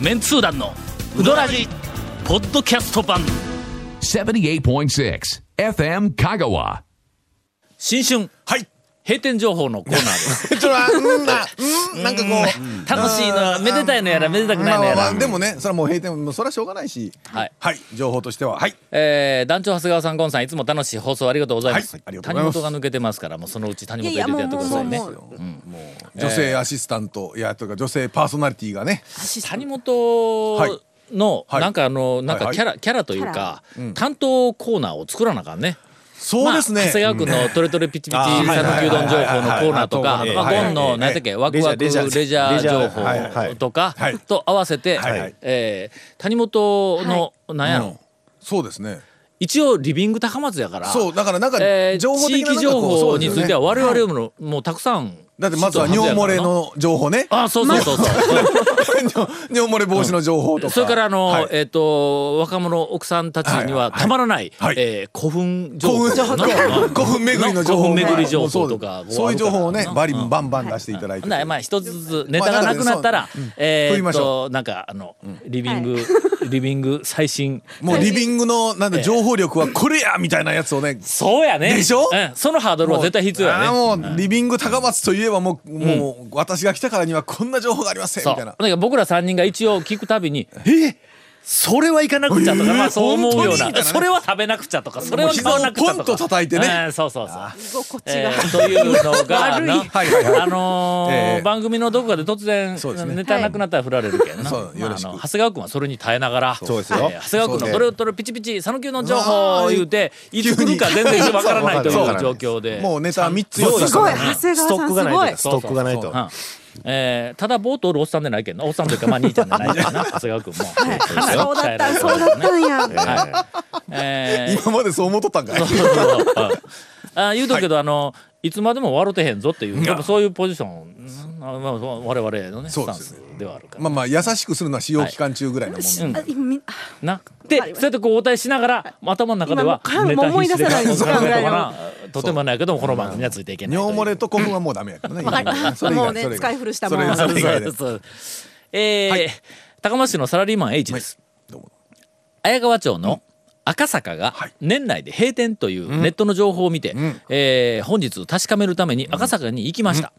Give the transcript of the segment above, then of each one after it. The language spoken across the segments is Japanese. メンツー団のウドラジポッドキャスト版78.6 FM Kagawa. 新春はい。閉店情報のコーナーですちょっとな、うんな、うん、なんかこ う。楽しいのやめでたいのやらめでたくないのまやあまあらまあでもね、それはもう閉店、もうそれはしょうがないし。はいはい、情報としては、はい。えー団長長谷川さんゴンさんいつも楽しい放送ありがとうございます,、はいありがと谷うございます本が抜けてますからもうそのうち谷本入れていやいややってもくうだそさういですねよ。もう女性アシスタント、いや、とか、女性パーソナリティがね。谷本の、はいなんかあのなんかはいはいキャラ、キャラというか、担当コーナーを作らなあかんねそうですまあ、ね長。谷川君のトレトレピチピチあーはい讃はい岐うどん情報のコーナーとか、はいまあ、はいゴンのはい何だっけワクワクレレジジャャーー情はいは報いとかはいと合わせて、はいはいえー谷本の何やろ、うんそうですね。一応リビング高松やからそう、だから、なんかえー、情報地的域ななんか情こう。そ報うでにすつよいねては我々ももうたくさんだって、まずは尿漏れの情報ね。あそうそうそうそう 尿漏れ防止の情報と か。それからあの、はいえっ、と若者奥さんたちにはたまらない、はいはいえー古墳情古報墳な古墳巡りの情報古墳巡りも情うそ報うとかそういう情報をねもうあるからなバリバンバン出していただいてほんならまあ一つずつネタがなくなったら、まあだからそううんえ振りー、っましょとなんかあのリビング、 リビング最新もうリビングのなんだ情報力はこれやみたいなやつをねそうやねでしょうん、そのハードルは絶対必要やねああもうリビング高松といえばもうもう私が来たからにはこんな情報がありませんそうみたいななんか僕ら3人が一応聞くたびに「えそれは行かなくちゃ」とか、えーまあ、そう思うよう本当なにみたいなねそれは食べなくちゃ」とか「それは買わなくちゃ」とかもう膝をポンと叩いてねうんそうそうそう。こっちえが、ー、というの がなはいはいはいあのーええ番組のどこかで突然そうですねネタなくなったら振られるけどな、そうよろしくあの長谷川君はそれに耐えながらそうですよえー長谷川君そうのねどれを取るピチピチ讃岐うどん情報を言うていつ来るか全然わからないというそうわからな状い況でもうネタ3つ用意しすごいた長谷ス川トさッんクすがないごいと。ストックがないうと。んえーただボートおるおっさんでないけどなおっさんというかまあ兄ちゃんでないけど な長谷川君もそうだったそうだったんやえー今までそう思っとったんかいそうそうそううんあ言うとくけど、あのいつまでも笑ってへんぞっていうやっぱそういうポジションうんあまあそう我々のねスそうタでンすスねではあるから、まあまあ優しくするのは使用期間中ぐらいのもんであ今みなでそうやってこう応対しながら頭の中では今もうネタ必死でもう思い出せない考えとかそうなとてもないけどもこの番組にはついていけないという尿漏れと古墳はもうダメやけどねわかりますそれ以も外うねそれ以外使い古したもんそれそれ以外でそうそうえー高松市のサラリーマン H です、どうも綾川町の赤坂がはい年内で閉店というネットの情報を見て、えー本日確かめるために赤坂に行きました、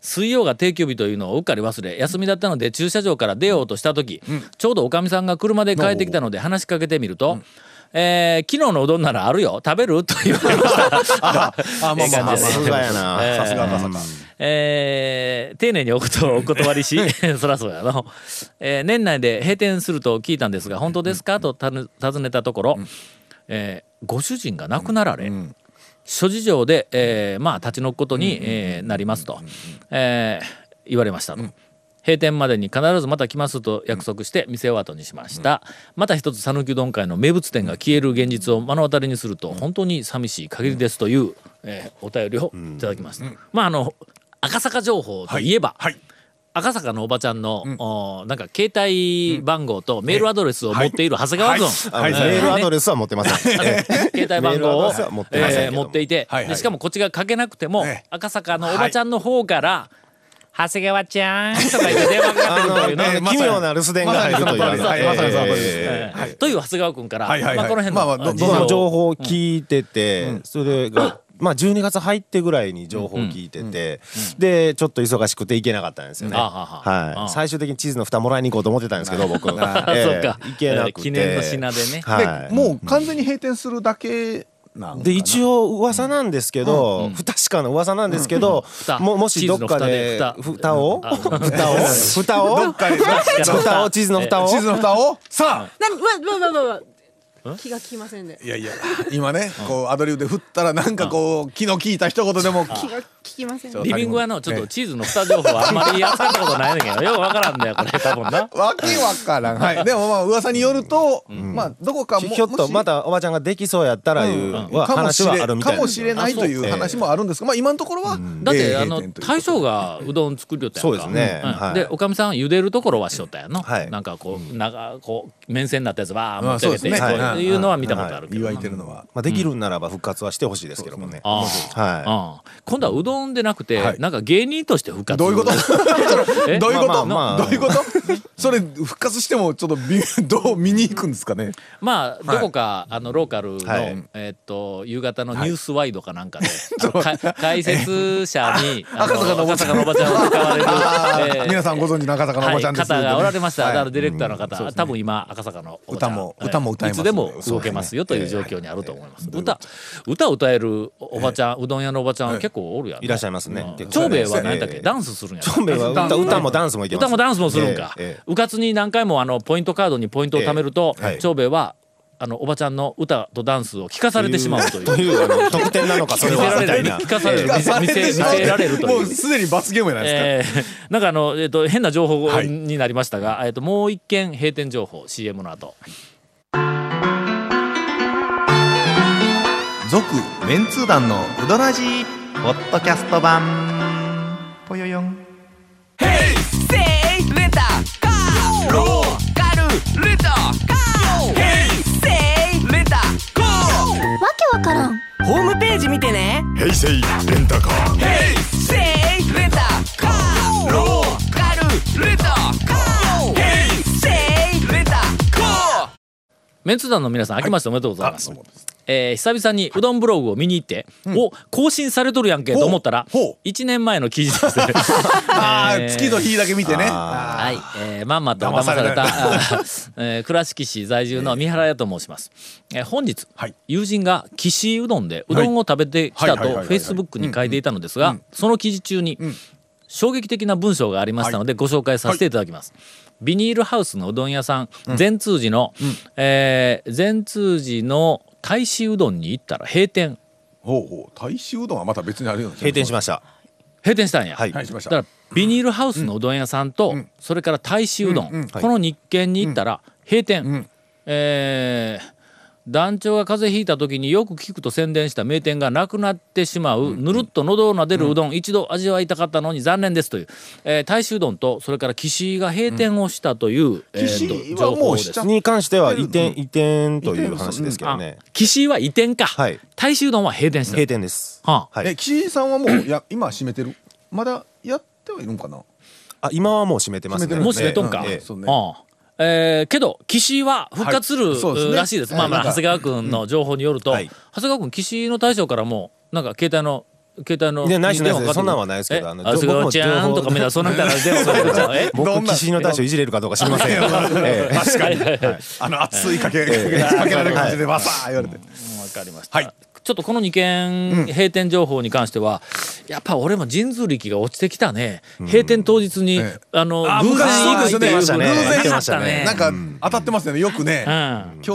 水曜が定休日というのをうっかり忘れ休みだったので駐車場から出ようとした時、ちょうどおかみさんが車で帰ってきたので話しかけてみると「えー昨日のうどんならあるよ食べる?」と言われました あまあまあまあさすがやな。えーさすが赤坂えー丁寧におことお断りし そらそうやの、えー年内で閉店すると聞いたんですが本当ですかとたぬ尋ねたところ、えーご主人が亡くなられ、諸事情で、えーまあ立ち退くことに、えーなりますと、えー言われましたと。閉店までに必ずまた来ますと約束して店を後にしました、また一つ讃岐うどん会の名物店が消える現実を目の当たりにすると本当に寂しい限りですという、えーお便りをいただきました、まああの赤坂情報といえば、はい赤坂のおばちゃんの、おなんか携帯番号とメールアドレスを持っている長谷川君、あのメールアドレスは持ってま せん。ええ 携帯番号メールアドをレスは持ってませんえーけども持っていて、はいはいでしかもこっちがかけなくても、ええ赤坂のおばちゃんの方から「長谷川ちゃん」とか言って電話がかかってくるというのあのええ奇妙な留守電が入るという。まさにその通りですはいまさにその通りですえええーという長谷川君から、はいはいはいまあ、この辺の、まあまあど事そ情のを情報を聞いてて、それが、まあ、12月入ってぐらいに情報を聞いてて、でちょっと忙しくて行けなかったんですよね、あははあはい、最終的にチーズの蓋もらいに行こうと思ってたんですけど僕、えあそうか行けなくて、記念の品でねはい、でもう完全に閉店するだけなんかなで一応噂なんですけど、不確かな噂なんですけど、蓋ももしどっかチーでズの蓋で蓋蓋をあ 蓋を蓋をどっかで蓋をチーズの蓋を地図の蓋をさあ何うわうわうわうわ気が利きませんねいやいや今ねこうアドリブで振ったらなんかこう気の利いた一言でも気が利きませんねリビングはのちょっとチーズの蓋情報はあんまり扱ったことないんだけどよくわからんだよこれ多分な。わけわからん。はい。でもまあ噂によると、まあどこかもひょっともしまたおばちゃんができそうやったらいう、はかも話しれはあるみたいかなもしれないというあそう話もあるんですが、まあ今のところはだって、えーあの閉店ということで大将がうどん作るよったやんかそうですねんはいでおかみさん茹でるところはしとったやんの、はいなんかこうなんかこう面線になったやつばーま持あち上げて、そうですねこうはいっていうのは見たことあるけ湯ど沸ないてるのは。まあ、できるんならば復活はしてほしいですけどもね。ああはああ今度はうどんでなくて、はいなんか芸人として復活どういうことちょっえとどういうこまあとまあどまあういうことそれ復活してもちょっと微妙どう見に行くんですかねまあどこか、あのローカルの、はいえっと夕方のニュースワイドかなんか で、あのか解説者にあの赤坂のおばちゃんを使われ る、えー皆さんご存知の赤坂のおはばい、ちゃんです方がおられました、はいだからディレクターの方、うん多分今赤坂のおばちゃん歌もえー歌も歌えますいつでも動けますよとそういでうす状ね況にあると思います、えーはい歌歌歌えるおばちゃん、うどん屋のおばちゃん、結構おるやんい。いらっしゃいますね。結長構兵衛は何だっけ、ええダンスするんやろ長兵衛は歌歌もダンスもいけます。歌もダンスもするんか、ええええうかつに何回もあのポイントカードにポイントを貯めると、ええはい長兵衛はあのおばちゃんの歌とダンスを聞かされてしまうという。というあの特典なの かそれ見せらはれみたるい な聞。かされる見せ見せ見しまうせられるともいうう。すでに罰ゲームじゃないですか、えーなんかあの、えっと変な情報はいになりましたが、えっともう一件閉店情報 CM の後続メンツー団のウドラジーポッドキャスト版ぽよよんせいレンタカーローカルレンタカーヘイセイレンタカーわけわからんホームページ見てねヘイセイレンタカーヘイセイレンタカーローカルレンタカーヘイセイレンタカーメンツー団の皆さん明けましておめでとうございます、あそうですえー久々にうどんブログを見に行って、お更新されとるやんけと思ったらほうほう1年前の記事ですねあえーー月と日だけ見てねあはい、えー、まんまと騙騙さされたれたあー えー倉敷市在住の三原屋と申します、えー本日、はい友人が岸うどんでうどんを食べてきたはいはいはといはいはいフェイスブックに書いていたのですが、その記事中に、衝撃的な文章がありましたのでご紹介させていただきます、ビニールハウスのうどん屋さん善通寺の、えー善通寺の大使うどんに行ったら閉店ほうほう大衆うどんはまた別にあるような閉店しました。閉店したんや、はいはいしましだかたらビニールハウスのうどん屋さんと、それから大衆うどん、この日軒に行ったら閉店、えー団長が風邪ひいた時によく聞くと宣伝した名店がなくなってしまうぬるっと喉をなでるうどん一度味わいたかったのに残念ですという、えー大衆うどんとそれから岸井が閉店をしたという、えーと岸井はもうしちゃっに関しては移転移転という話ですけどあね。岸井は移転か、はい大衆うどんは閉店した閉店です。はあはい。え岸井さんはもうや今は閉めてるまだやってはいるんかなあ今はもう閉めてますね。閉もう閉めとんか、ええええそうねああえーけど岸井は復活する、はいそうですねらしいです、まあまあなんか長谷川君の情報によると、はい長谷川君岸井の大将からもなんか携帯の携帯のいやないですに電話ないですかかってくるそんなんはないでえ長谷川すけどあのちゃんとかみたいなそんなんみたいな電話かかってくるじゃん え僕岸井の大将いじれるかどうか知りません よ。ええ確かに、あの熱いかけ,、かけられる感じでわさー言われて、わかりました、はいちょっとこの2件閉店情報に関しては、やっぱ俺も神通力が落ちてきたね、閉店当日に、ええあのあ偶然昔そう行くでっすよてねいうふうに言ってましたねなか言っねなんかってましたたね当たってますよねよくね、うん今日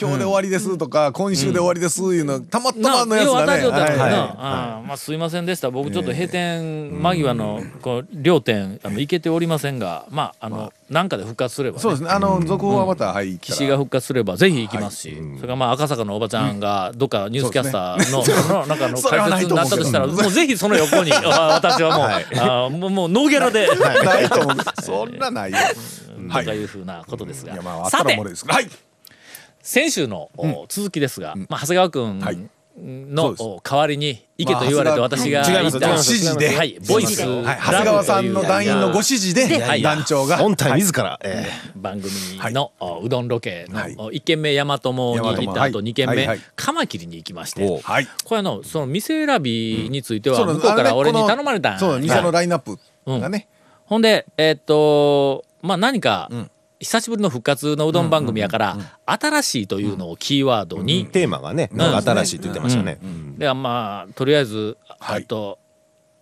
今日で終わりですとか、今週で終わりですいうのたまたまのやつよう当がたねりよったのになはいはいあーまあすいませんでした僕ちょっと閉店間際のこう両店あの行けておりませんがまああのなんかで復活すればねそうですねあの続報はまた、はい岸が復活すればぜひ行きますし、それからまあ赤坂のおばちゃんがどっかニュースキャスターの,、 のなんかのそれ解はない説とにな思ったうとしけどたらもうぜひその 横にあ私はもう,あー、もうもうノーギャラで、ないと思うそんなないよ、はといいうふうなことですいが、やまああったさらおてもろいですからはい先週の、お続きですが、まあ、長谷川君はいの、そうですお代わりに行けと言われてまあ長私谷が言川君っ違いたます指示ではい、ボイスラブという、はい、長谷川さんの団員のご指 示ではい団長が本体自ら。ええ番組の、おうどんロケの、はいお一1軒目大和もに行った大後和も2軒目、はいはいカマキリに行きまして、おはいこれあのその店選びについてそはうなん向でこすうから俺にあのね頼まれたんこのそう店のはいラインナップがね、ほんでえーっとまあ何か、久しぶりの復活のうどん番組やから、新しいというのをキーワードに、テーマがねなんか新しいって言ってましたね。ではまあとりあえずあはいと、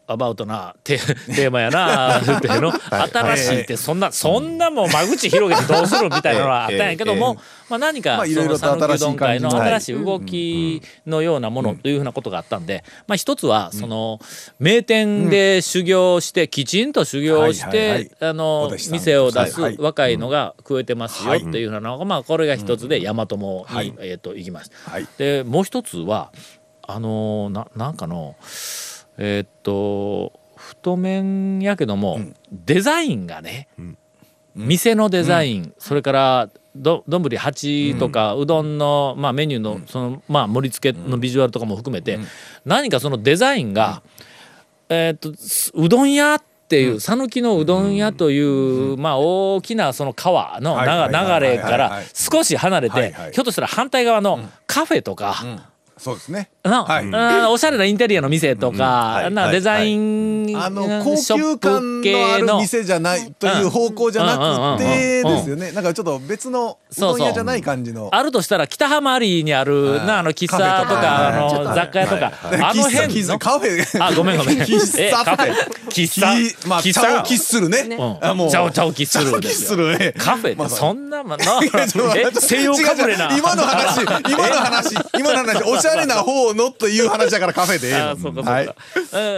アバウトなテ テーマやなっていうの新しいってそんな、そんなもう間口広げてどうするみたいなのはあったんやけども、まあ、何かまあいそろいのろと讃岐うどん会の新新しい動きのようなものというふうなことがあったんで、まあ、一つはその名店で修行してきちんと修行しはいはいはいてあおの弟子さん店を出すはい若いのが食えてますよはっいていうふうなのが、まあ、これが一つで大和もに、はいえー、と行きました。はいでもう一つはあのーななんかのえーっと太麺やけども、デザインがね、店のデザイン、それからどどんぶり8とか、うどんの、まあ、メニューのその、まあ、盛り付けのビジュアルとかも含めて、何かそのデザインが、えーっとすうどん屋っていう讃岐、のうどん屋という、まあ、大きなその川のはいはいはいなはい流れから少し離れて、はいはいひょっとしたら反対側のカフェとか。そうですね。なはいあーおしゃれなインテリアの店とか、いなはいデザイン、あのうん高ショ級ッ感プのあ系るの店じゃないという方向じゃなくてですよね。なんかちょっと別のうどん屋じゃない感じの。あるとしたら北浜アリーにある、いなあの喫茶とかカあフェとかの雑貨屋とか、あの辺喫茶喫茶カフェ。あごめんごめん喫茶カフェえ。喫茶きまあ、喫茶茶を喫するね。うんあもう茶を茶を喫する茶をで喫すよするね。カフェっまあてそんなもん なちょっと待っえて西洋かぶれな違う違う 今の話、 今の話、今の話、おしゃれな方のという話だからカフェでええあの。ーそうかそうかはい。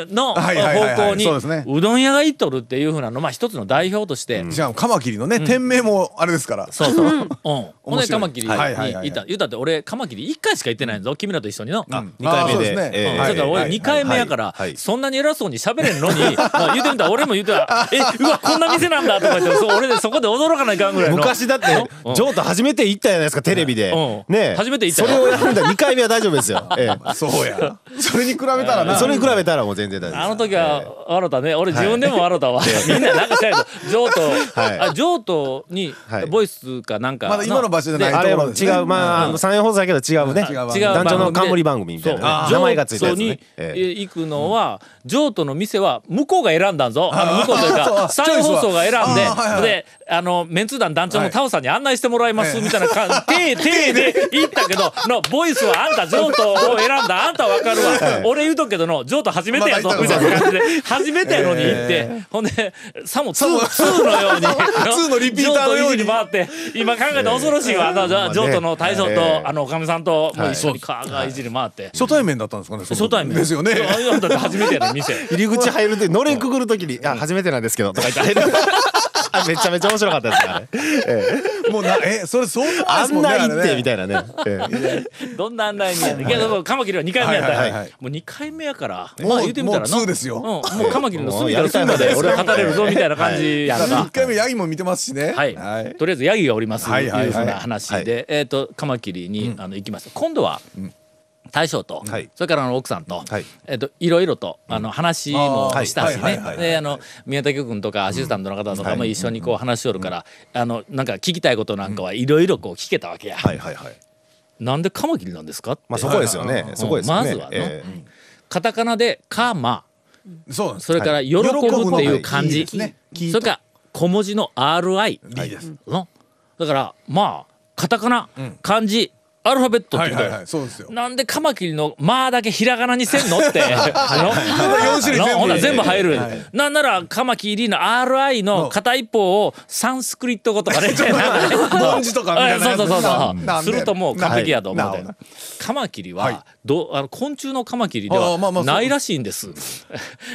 うんのはいはいはいはい方向にそうですねうどん屋がいっとるっていうふうなのまあ一つの代表として、じゃあ、カマキリのね、店名もあれですから。そうそう。うん。ほん面で白カいマキリにはいはいはいはいいた。言うたって俺カマキリ1回しか行ってないんだぞ。君らと一緒にの。うん二回目あーでそうですねえだえはいから俺はい2回目やからはいはいそんなに偉そうに喋れんのにまあ言うてみたら俺も言うてたら「えうわこんな店なんだ」とか言ってそう俺でそこで驚かないかんぐらいの昔だってうんジョーと初めて行ったじゃないですかテレビでうんねえ初めて行ったよそれをやるんだ2回目は大丈夫で すよえそうや。それに比べたらえな。それに比べたらもう全然大丈夫ですあの時は新たね俺自分でも新たわみんななんかしないと譲渡はいあ譲渡にはいボイスかなんかまだ今の場所じゃないであれも違う、まあ、あの、三重放送だけど違うね。違う違う団長の冠番組みたいなね。そう名前がついたやつね。上え都えに行くのは上都の店は向こうが選んだんぞあの向こうというあかー三チョ重イスは放送が選んであーはいはいであのメンツ団団長のタオさんに案内してもらいますみたいな感じ手で行ったけどのボイスはあんた上都を選んだあんたわかるわ俺言うとくけどの上都初めてやぞまだみ行ったたいのな感じで初めてやのに行ってほんでさもツーツーのよ うにーのリピータ ーのように上都行き回って今考えたら恐ろしいわあのじゃあ上都の大将えとえあのおかみさんともう一緒にカーがいじり回って。初対面だったんですかね。その初対面ですよいね。やいやだって初めてやね店 入り口入るで、のれんくぐるときに、あ、初めてなんですけど、とか言って入る。あめちゃめちゃ面白かったですねあれ。もうな、え、それそう思わないあですんもんね。な行れっねて、みたいなね。ええどんな案内にやねんけどカマキリは2回目やったから、はいはいはいもう2回目やからもうまあ言うてみたらなもう通ですようんもうカマキリのもう隅かやらりた隅いままでで俺は語れるぞみたいな感じやんだってか一回目ヤギも見てますしね。はい、とりあえずヤギがおりますとはいいはいはいうふうな話で、はえっ、とカマキリに、あの行きました今度は、大将と、はいそれからあの奥さんと,、はいえっといろいろとあの話もあーしたしはねいはいはいはいであの宮武君とかアシスタントの方とかも一緒にこう話しよるから、あのなんか聞きたいことなんかはいろいろこう聞けたわけや、はいはいはい。なんでカマキリなんですかって、まあそこですよね。そこですよね。まずはなええカタカナでカマそうなんです。それから喜ぶっていう漢喜ぶのがいい字、ですねそれから小文字の RI いいです。のだからまあカタカナ、漢字アルファベットっはていことはよ、いはい、そうですよ。なんでカマキリの「ま」だけひらがなにせんのってあの四種類全部のほんなら全部入る、はいなんならカマキリの RI の片一方をサンスクリット語とかね なんかね文字とかみたいなそやうつそうそうそなうんすでるともう完璧やと思うなてるほどカマキリはいはどうあの昆虫のカマキリであーまはあまあそうないらしいんです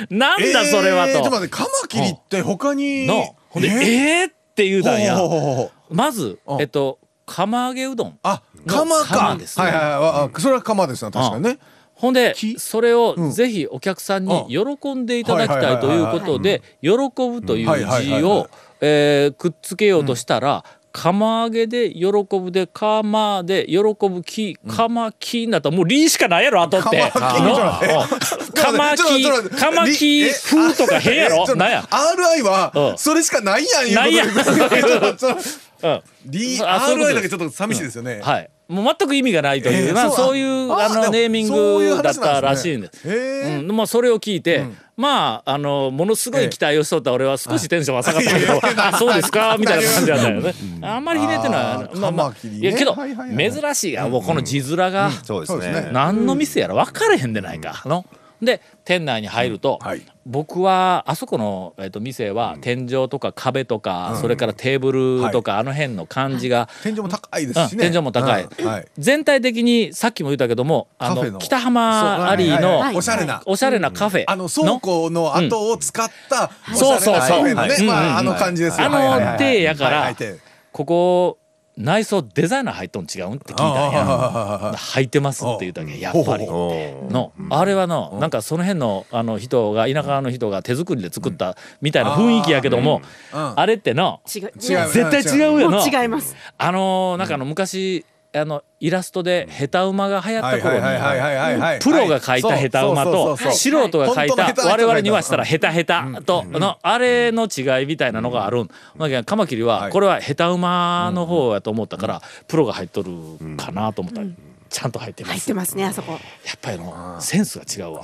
なんだそれはえーちょっとと待って、カマキリって他に。のほんでええーって言うたんやほうほうほうほうまずうんえっと釜揚げうどんあ、カマカマか。ですねはいはいはいあ、それはカマですな、確かにね。ほんできそれをぜひお客さんに喜んでいただきたいということで「喜ぶ」というはいはいはいは字いをえーくっつけようとしたら「釜揚げ」で「喜ぶ」で「釜」で「喜ぶ」「き」「釜」「き」だともう「り」しかないやろあとって。カマキリのカマキ ちょっと待ってカマキ風とか変やろえちょっとなんや RI うんはそれしかないやん言うことないやんちょっとちょっとうんリあそういうこと RI だけちょっと寂しいですよね。はい、もう全く意味がないという、えーまあ、そうそういうああでのもネーミンそういうグだ話なっんですねたらしいんです。へーうんまあ、それを聞いて、まああのものすごい期待をしとった俺は少しテンションが下がったけど「あ そうですか」みたいな感じだったよね。あんまりひねってない。あーまあまカマあ、キリねいやけど、はいはいはい珍しいがもうこの字面が、そうですそうですねね。何の店やら分かれへんでないか。ので店内に入ると、はい僕はあそこの、えっと店は天井とか壁とか、それからテーブルとか、あの辺の感じが、天井も高いですしね。うん天井も高いうんはい。全体的にさっきも言ったけどもあカフのェの北浜アリーそうはいのはいはいおしゃれな。おしゃれなカフェあの倉庫の跡を使ったんおしゃれなカフェのねそうそうそうまあうんあうんの感じですよ。あのはいはいはい手やからはいはい手ここ内装デザイナー入っとん違うんって聞いたんやあ入ってますって言うたけんやっぱりほのあれはのなんかその辺のあの人が田舎の人が手作りで作ったみたいな雰囲気やけどもああれっての違う。違う絶対違うよものう違います。あのーなんかあの昔あのイラストでヘタ馬が流行っはたいは頃いはいはいにはいはいはいプロが描いたヘタ馬とそうそうそうそう素人が描いはいたはい我々にはしたらヘタヘタとのあれの違いみたいなのがあるんだけどカマキリははいこれはヘタ馬の方やと思ったからプロが入っとるかなと思ったらちゃんと入ってま入っすてやますねあそこ。っぱりのセンスが違うわ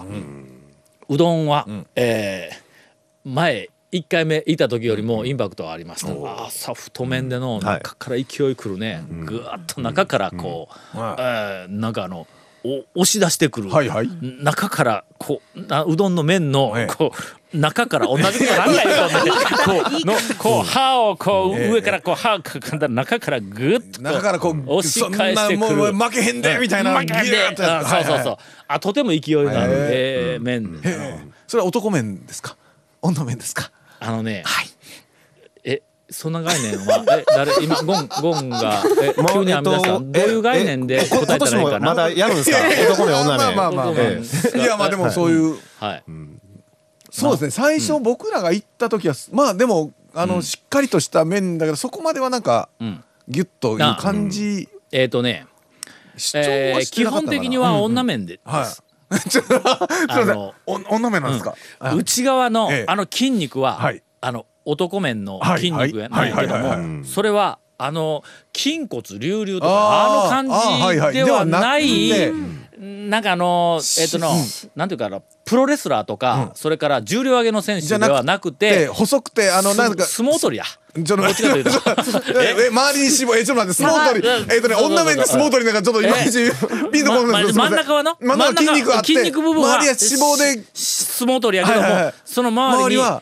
うどんはえー前1回目いた時よりもインパクトはありましたあさ太麺でのはい中から勢いくるねぐわっと中からこう、はいえーなんかあのお押し出してくる、はいはい中からこうなうどんの麺のええこう中から同じことなん ないよこうのこう歯をこうええ上からこう歯をかかんだら中からぐっと中からこう押し返してくるそんなもう負けへんでみたいなうん負けギュへんーッでとあやつそうそうはいそはうあとても勢いのある、えええ麺でいそれは男面ですか女面ですかあのね、えそんな概念は え誰今ゴンゴンがえもう急に編み出したえどっうという概念でえこ答えたらいいか今年もまなだやるんですか男面女面まあまあまあ男面いやまあでもそういうはいそうですね最初僕らが行った時はまあでもあのしっかりとした面だけどそこまではなんかんギュッという感じえっ、とね、主張えはーして基なかったかな本的には女面で、はい ちょっとすいませんのお女面なんですか内側の、ええあの筋肉は、はいあの男面のはい筋肉やなはいいけどはいはいはいもそれはあの筋骨隆々とかああーあーはの感いはいじではないではなんかあのえっとのなんていうかなプロレスラーとかそれから重量挙げの選手ではなくでて細くてあのすなんか相撲取りや。ちょっと待って どっちかえ周りに絞えちょっと待って相撲取りまあえっとねそうそうそう女面で相撲取りなんかちょっといまいちピンとこないんままですけど真ん中はの真ん中筋肉あって筋肉部分は周りは脂肪でし相撲取りやけども、はいはいはいその周周りりには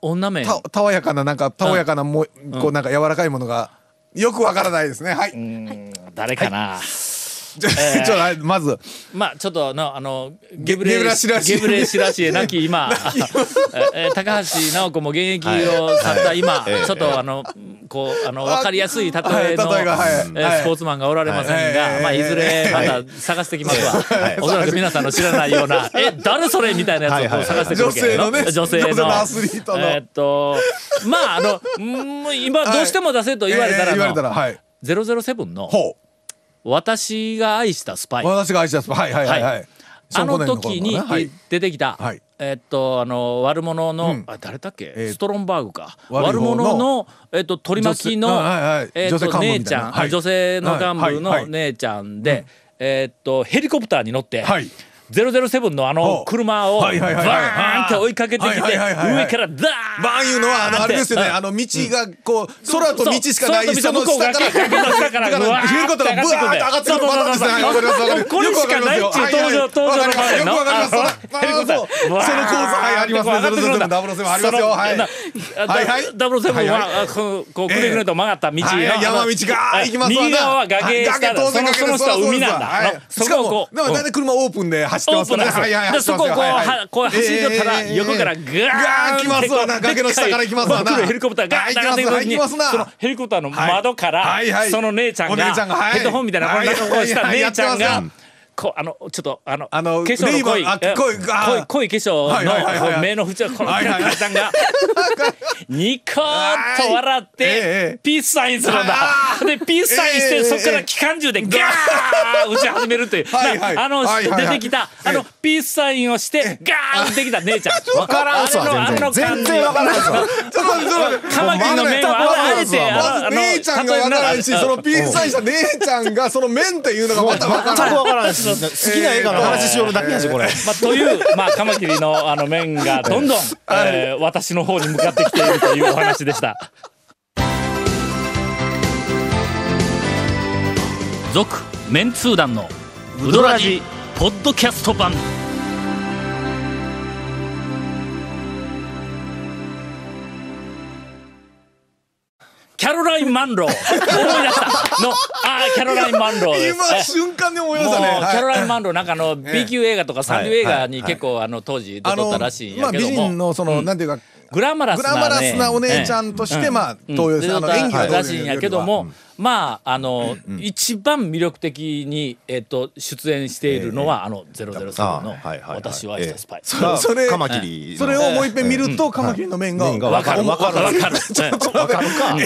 女面たたわやかななんかたわやかなもこうなんか柔らかいものがよくわからないですねはい誰かな、じゃ あちょっとはいまずまあちょっとのあのゲブゲレブラシラシゲブレシラ シエなき今 ええ高橋直子も現役を去った今、ちょっとあのこうあのわかりやすい例はいえの、例えがはいえーはいスポーツマンがおられませんが、はいまあはいいずれまた探してきますわ、おそらく皆さんの知らないような 「え誰それ?」みたいなやつをこう探してく女るけ性どのね女性のアスリートのえーっとまああのうん今どうしても出せと言われたえー言われたららのはい007のほう「私が愛したスパイ」私が愛したスパはいはいはいははいあの時にはい出てきた、はいえっとあの悪者の、うんあ誰だっけ、えーストロンバーグか悪悪い方の者の、えっと取り巻きの、女性はいはいえっ女性幹と部姉みたいなちゃん、はい女性の幹部はいはのい姉ちゃんで、えっとヘリコプターに乗って、はい007のあほのう車をバはいはいはいはいーンって追いかけてきてはい上はいはいはいはいからダーンバーンいうのはあのあれですよねあの道がこう空と道しかないそうそのそう下から向こうがだからうわー言うことがブワーッと上がってくるパターンですねはいわかりますわかりますこれしかないっていうよく登場わかり登場ますのわかりますよくわかります登場のそのその構図はいありますね上がってくるんだダブルセブンありますよはいなあはいはいダダブルセブンはいははあこうこうくねくねと曲がった道のはいはい山道が行きますわな右側は崖下だ崖当然崖そのその下は海なんだそうあそうのそうそしかこをこもうでも大体車オープンで走ってますからオープンなんですよはいはいはでい走ってそますよこをこうはいはいはこう走り寄ったらえー横からガーンってガーン来ますわなこうでっい崖の下から来ますわなこう来るヘリコプターがはいーンって流れてくる時に行きますな行そきますなのヘリコプターの窓からはいはいその姉ちゃんお姉ちゃんががはいヘッドホンみたいなこの中をこうしたはい姉ちゃんやってがま。こうあのちょっとあのあの化粧の濃いレイバンあえ濃いあ濃ーい濃い化粧はいはいはいはいの目の縁をこのはいはい姉ちゃんが ニコーッと笑っはいてええピースサインするんだあ。でピースサインしえてえそこから機関銃でガーッ打ち始めるというはいはいなあのはいはい出はいてきたあのピースサインをしてガーッ打ってきた姉ちゃん。わからんすわ全然全然わからんすわちょっと待ってちょっと待ってカマキリの面はあえてあのまず姉ちゃんがわからんし、あそのピンサインした姉ちゃんがその面っていうのがまたわか全らくわからんし好きな映画の話しよるだけやしこれまあ、という、まあ、カマキリのあの面がどん どん、えー私の方に向かってきているというお話でした。続メンツー団のウドラジポッドキャスト版キャロライン・マンロー思い出したのあーキャロライン・マンローん。ですえ今瞬間に思いまもうしたね。はいキャロライン・マンローなんかあの B 級映画とか三流映画に結構あの当時出あとっのたらしいんまやあけ美ど人ものそのなんていうかグラマラスグラマラスなお姉ちゃんととしてまあ東洋出とあっの演技たがらしいんやけどもまああの、一番魅力的に、えっと出演しているのは、あの007のあはいはいはい私は愛したスパイ」がそれカマキリのそれをもう一遍見ると、カマキリの面が。面がわかるわかるわかる。わかるか。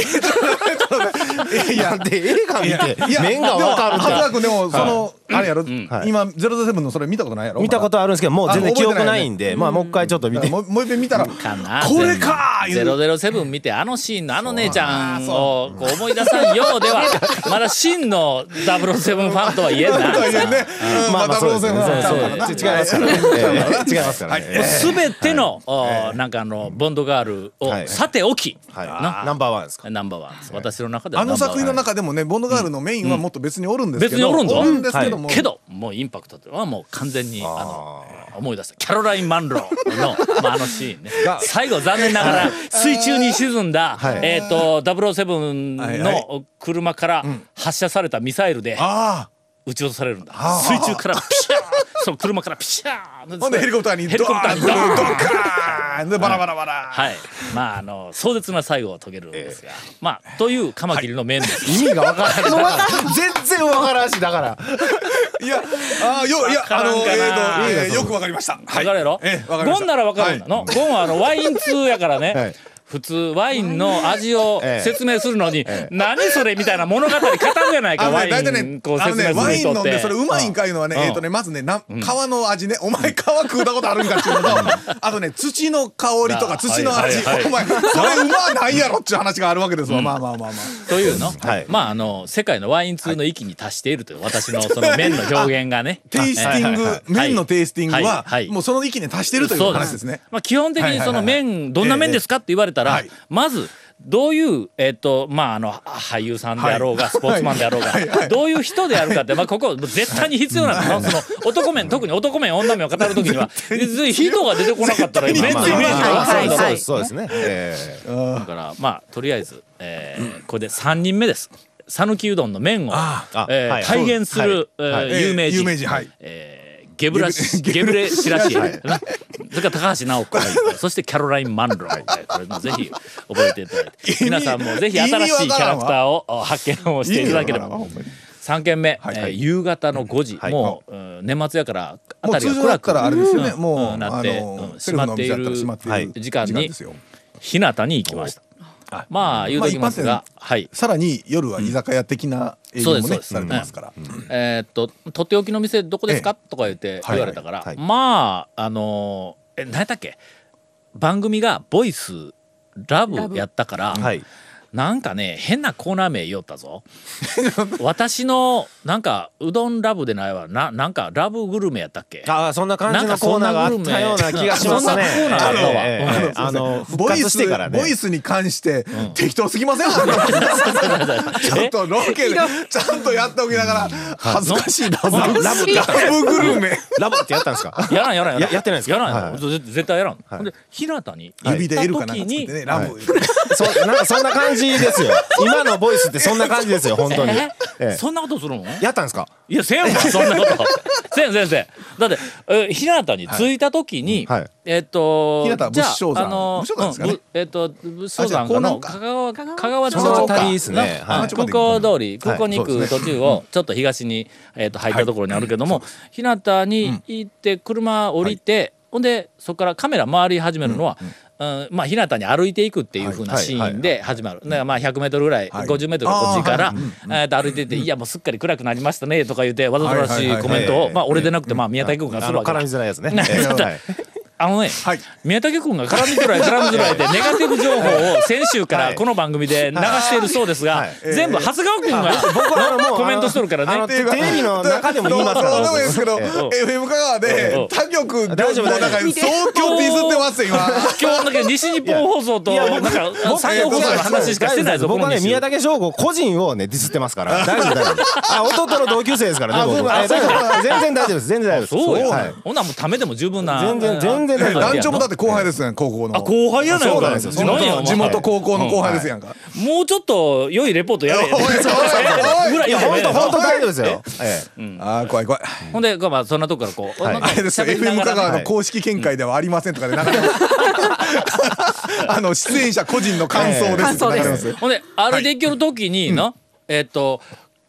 いや、で、映画見て、面がわかるんでも、だは。くんでも、その、あれやろ、はい今、ゼロゼロセブンのそれ見たことないやろ見たことあるんですけど、もう全然あ記覚えて憶ないよねないんで、まあ、もう一回ちょっと見まだて。もうもう一遍見たら、かな これかーゼ言ロう。ゼロセブン見てあのシーンのあの姉ちゃんをこう思い出さんようではまだ真のダブルセブンファンとは言えんな とは言えんね。うんまあ、まダブあ、そうルでセすブねンそうちゃうそうか違らいなますからね。ええ 違いますからね。ええすべての、おなんかあのボンドガールを、はいさておき、はい。なナンバーワンですか。ナンバーワンです私の中ではあの作品のナンバーワン中でもね、ボンドガールのメインはもっと別におるんですけど。別におるんぞんですけども。けどもうインパクトというのはもう完全にあの思い出したキャロライン・マンロー のまああのシーンねが最後残念ながら水中に沈んだ、はいえっ、ー、と007はいはの車から発射されたミサイルであ撃ち落とされるんだ水中からピシャーその車からピシャーあ。ほんでヘリコプターにヘリコプターにドドカーンーンドカーンでバラバラバラ。はい、まああの壮絶な最後を遂げるんですが、まあというカマキリの面です、意味がわからない。全然わからんし、だから。いや、あーよ、いや、あの、わからんかなえーとえーよくわかりました。はわいかるやろ、ええわかりましゴたンならわかるんだの、ゴンはあのワイン通やからね、はい普通ワインの味をええ説明するのに、何それみたいな物語語るじゃないあか、のワね、イ大体ねン、こうあの説ね、明ワインする飲のっんてで、それうまいんかいうのはね、うんえっ、とね、まずね、な、皮の味ね、お前皮食うたことあるんかっていうのと、あとね、土の香りとあか土の味、はいはいはいお前、それうまないやろっていう話があるわけですわ、まあまあまあまあ。というの、はいまああの世界のワイン通の域に達しているという私のその面の表現がねテイスティンはグい、麺のテイスティングは、はいはいもうその域に達してるという話ですね。まあ、基本的にその面どんな面ですかって言われたらええまずどういうえっとまああのあ俳優さんであろうがスポーツマンであろうがどういう人であるかってまあここ絶対に必要なのその男面特に男面女面を語る時には人が出てこなかったら面のイメージがわかはるいんだそうはでいす、そうですね。ええだからまあとりあえずえーこれで3人目です。讃岐うどんの麺をあえはいー体現するえはーい有名人有名人、はい。えーゲブラシ、ゲブレシラシエ、うんそれから高橋直子がいて、そしてキャロライン・マンロー、えーこれもぜひ覚えていただいて、皆さんもぜひ新しいキャラクターをお発見をしていただければ。3軒目、えー夕方の5時、いもう、うん年末やから、あもたうりが通常だ暗ったくらあれですよね、うんもう、うんなあって、のうん閉セルフまのっおてい店だったら閉まっているる時間にです、よ日向に行きました。まあ言うときますまあが、はい。さらに夜は居酒屋的な営業もそうね、ですそうですされてますから、えーっと「とっておきの店どこですか?」とか言ってはい言われたから、はいまああのーえ何やったっけ番組が「ボイスラブやったから、はい。なんかね変なコーナー名言おった ぞ私のなんかうどんラブでないわななんかラブグルメやったっけああ、そんな感じのコーナーがあったような気がしますね。そんなコーナーがあったわええええあの、復ボイ活スしてからね。ボイスに関して適当すぎません、ちゃんとロケでちゃんとやっておきながら恥ずかしいラブラブラ ブグルメラボってやったんですかやらんやらんやらんややってないんですかやらんやらん、はいぜ絶対やらん、はいほんで日向に指で L 行かったなんか時作っにてねラブ、そなんかそんな感じですよ。今のボイスってそんな感じですよ、本当に。えええそんなことするのやったんですかいや、せやもん、そんなこと。せやん、先生。だって、えー、日向に着いたときに、はいはいえっと、日向はじゃあ仏生山あの仏生山ですかねうんぶえっと、武将あ山違かうの江南香か川、香川その町辺りでか。すね。あはいちょ。空港通り、空港に行そうくです途ね中を、ちょっと東に、えっと、入ったところにあるけども、日向に行って、車降りて、ほんで、そこからカメラ回り始めるのは、うんまあ、日向に歩いていくっていう風なはいシーンで始まる。だからまあ、100メートルぐらい、50メートルこっちから、えーと歩いてて、いや、もうすっかり暗くなりましたね、とか言って、わざとらしいコメントはいはいはを、いまあ、俺でなくて、まあ、宮田君がすあるのわけ絡みだ。づらいやつね。ええちょっとはいあのね、はい宮武君が絡みづらい絡みづら いでネガティブ情報を先週からこの番組で流しているそうですが、はい全部長谷川君が 僕はあのもうコメントしとるからねあのテレビの中でも言いますかどうらでもいいですけど、ええ FM 香川で他局大丈夫の中に相当ディスってますよ今今日だけ西日本放送といやいやなん僕か産業放送の話しかしてないぞこ僕のはね2週宮武翔吾個人をねディスってますから大丈夫大丈夫 あ弟の同級生ですからね僕そうだえ大丈夫全然大丈夫です全然大丈夫ですそうや、はいほんならもうためでも十分な全然全然大丈夫団長もだって後輩ですね高校のあ後輩やないそうなんですよ地何元地元高校の後輩ですやんか、もうちょっと良いレポート やれおいおいお いぐらいいやや本ね当本当大丈夫ですよええあー怖い怖い、ほんでまあそんなとこからこう、はいなんかあれですよ喋りな FM が香ら川の公式見解ではありませんとかで 流れてますあの出演者個人の感想です、感想で流れすてますほんで歩いていける時にな、えっ、と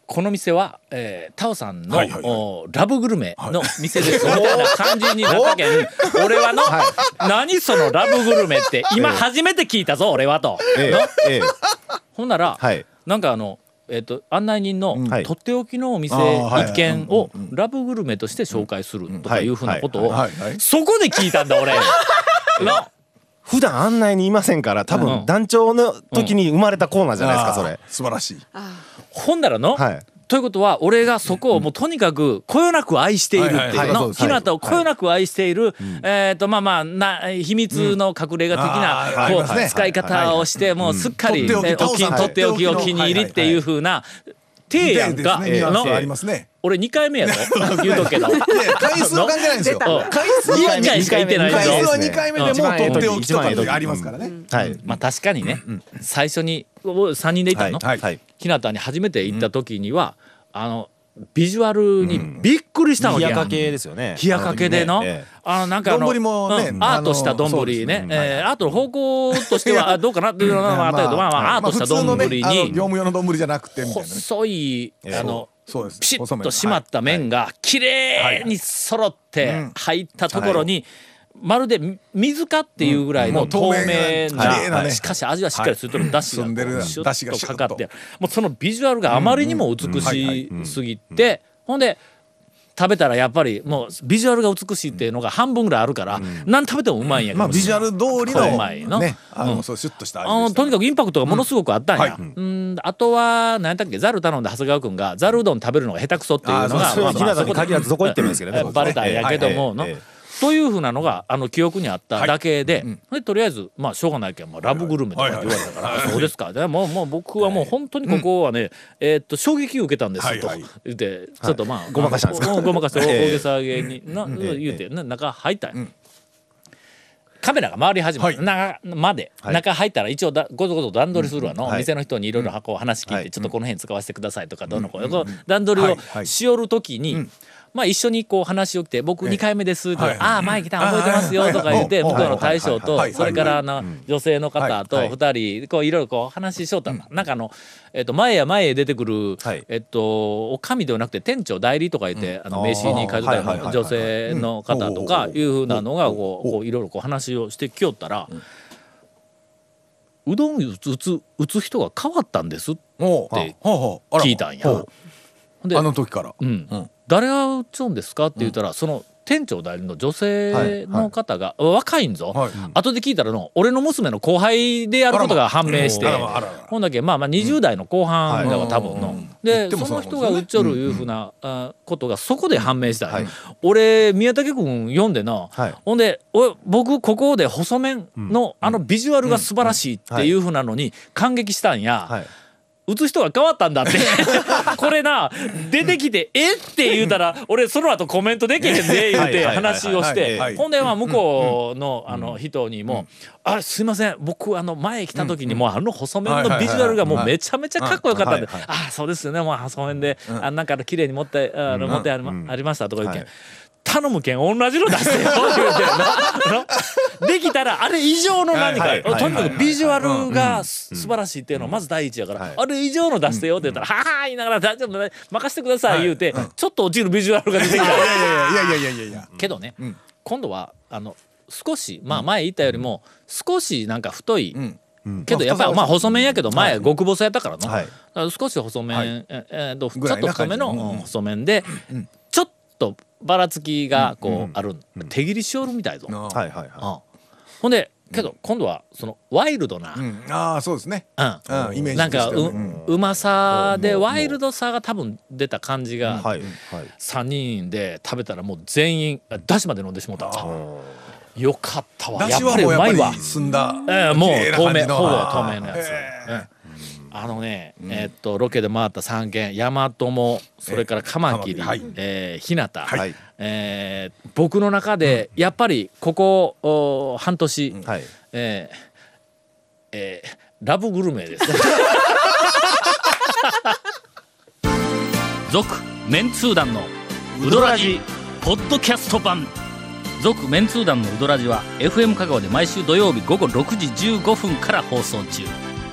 この店は、えータオさんの、はいはいはいおラブグルメの店ですみたいな感じになったけん、俺はの、何そのラブグルメって今ええ初めて聞いたぞ俺はと、えのえ、ええ、ほんなら、はいなんかあの、えっと案内人の、はいとっておきのお店あーはいは一い軒をラブグルメとして紹介するとかいうふうなことを、はいはいはいそこで聞いたんだ俺。の普段案内にいませんから、多うん分団長の時に生まれたコーナーじゃないですか、そあれー。素晴らしいほんならの、はいということは俺がそこをもうとにかくこよなく愛しているってはいいうはいはいそうのです日向をこよなく愛しているえっとまあまあな秘密の隠れ家的うんあーあなりこますうね使い方をしてもうすっかりえとっておきーお気タオさんとっておきとおっておきの気に入りっていうふうな手やんでかですねニュアンスのはありますね俺2回目 やぞ言うとくけど。いや回数は関係ないんですようん回数は2回しか行ってない回ぞ数は2回目でもうとっておきとかってありますからねはい。まあ確かにね、最初に3人で行っはたい。の、はい。はい日向に初めて行った時には、あのビジュアルにびっくりしたわ冷けやや、かけですよね。冷やかけでの、あの時ねえあのなんかあの丼もねうんあのアートした丼そうねですねえーアートの方向としてはあどうかなっていうの はあったけど、まあまあ、アートした丼まあ普に、通のねあの業務用の丼じゃなくてみたいなね細い、あのそうですピシ細ッ麺との締まった麺が綺麗に揃って入ったところに、まるで水かっていうぐらいのうんも透う透明明な綺麗な、なねしかし味はしっかりついてるだしが澄んでるなシュ出汁がッシとュッかかとってもうそのビジュアルがあまりにも美しすぎてほんで食べたらやっぱりもうビジュアルが美しいっていうのが半分ぐらいあるから、何食べてもうまいんやけど、まあビジュアル通りこれうまいののねあのそうシュッとしたあ味のでとにかくくインパクトがものすごくあったんや、うんうんあとは何やったっけザル頼んだ長谷川君がザルうどん食べるのが下手くそっていうのがあーそうまあそれまあは日向そこに限らずどこ行ってもいいですけどねえバレたんやけども、ええええのというふうなのがあの記憶にあっただけで,、でとりあえずまあしょうがないけど、まあ、ラブグルメとかって言われたから、そうですかでもうもう僕はもう本当にここはね、えーっと衝撃を受けたんですとはいはい言って、ちょっとまあ、ごまかしたんですかおごまかしてお ええ大げさげに、な言うて、な中入ったんや、カメラが回り始めた、なまで、はい中入ったら一応だごぞごぞ段取りするわの、はい店の人にいろいろ箱を話聞いて、はいちょっとこの辺使わせてくださいとかどうのこうの、こう段取りはをいはいしよる時に、まあ一緒にこう話を来て「僕2回目です」とか「ああ前来たん覚えてますよ」とか言ってはい向はいこうの大将とはいはいはいそれからあの女性の方とはい2人こういろいろこう話ししよったのなんかあのえっと前や前へ出てくるはいえっとおかみではなくて店長代理とか言ってあの名刺に書いてあーはたいはいはいはい女性の方とかいうふうなのがこうこういろいろこう話をしてきよったらうどん打つ打つ打つ人が変わったんですもってう聞いたんや。ほんであの時からうんうん誰が打つんですかって言ったら、その店長代理の女性の方が、若いんぞ、はい後で聞いたらの俺の娘の後輩でやることが判明してあらまあらまほんだけまあまあ20代の後半だわはい多分の、うん言でってもそのそう人ながもん打っですねちょるいうふうな、あことがそこで判明したんや、はい俺宮武君読んでな、はいほんでお僕ここで細麺の、あのビジュアルが素晴らしいっていうふうなのに感激したんや。はい。打つ人が変わったん だってこれな出てきて「えっ?」て言うたら俺その後コメントできへんで言うてはいはいはいはい話をしはいはていほんでまあ向こうのあの人にも「あすいません僕あの前来た時にもうあの細麺のビジュアルがもうめちゃめちゃかっこよかったんではいは「あそうですよねもう細麺であなんか綺麗に持ってあの持ってありまありました」とか言うけんはい頼むけん同じの出してよ言うて な なできたらあれ以上の何かはいはいとにかくビジュアルがす素晴らしいっていうのはまず第一やから、はいあれ以上の出してよって言ったら「ははー言いながら大丈夫だね任せてください」言うて、ちょっと落ちるビジュアルが出てきたいやいやいやいやいや けどね、今度はあの少しまあ前言ったよりも少しなんか太い、けどやっぱりまあ細麺やけど前極細やったからな、はいだから少し細麺、ええーとちぐょらっいとな太感めじのうん細麺で、ちょっとばらつきがこうある、手切りしおるみたいぞ。あーはい。はい。はうんほんでけど今度はそのワイルドな、うんあーそうですねうんうんイメージなんとしかてう,、はねうまさでワイルドさが多分出た感じい。がはい。はい。 3人で食べたらもう全員あだしまで飲んでしもうたよかったわだやっしはぱりもううやっまぱいわり澄んだええもう綺麗な透感明じのほぼあー透明のやつ、うんあのね、えーっとロケで回った3軒大和もそれからカマキリ、カマキリはいえー、日向、はいえー僕の中でやっぱりここお半年、はい。えーえーラブグルメです。続メンツー団のウドラジポッドキャスト版続メンツー団のウドラジは FM 香川で毎週土曜日午後6時15分から放送中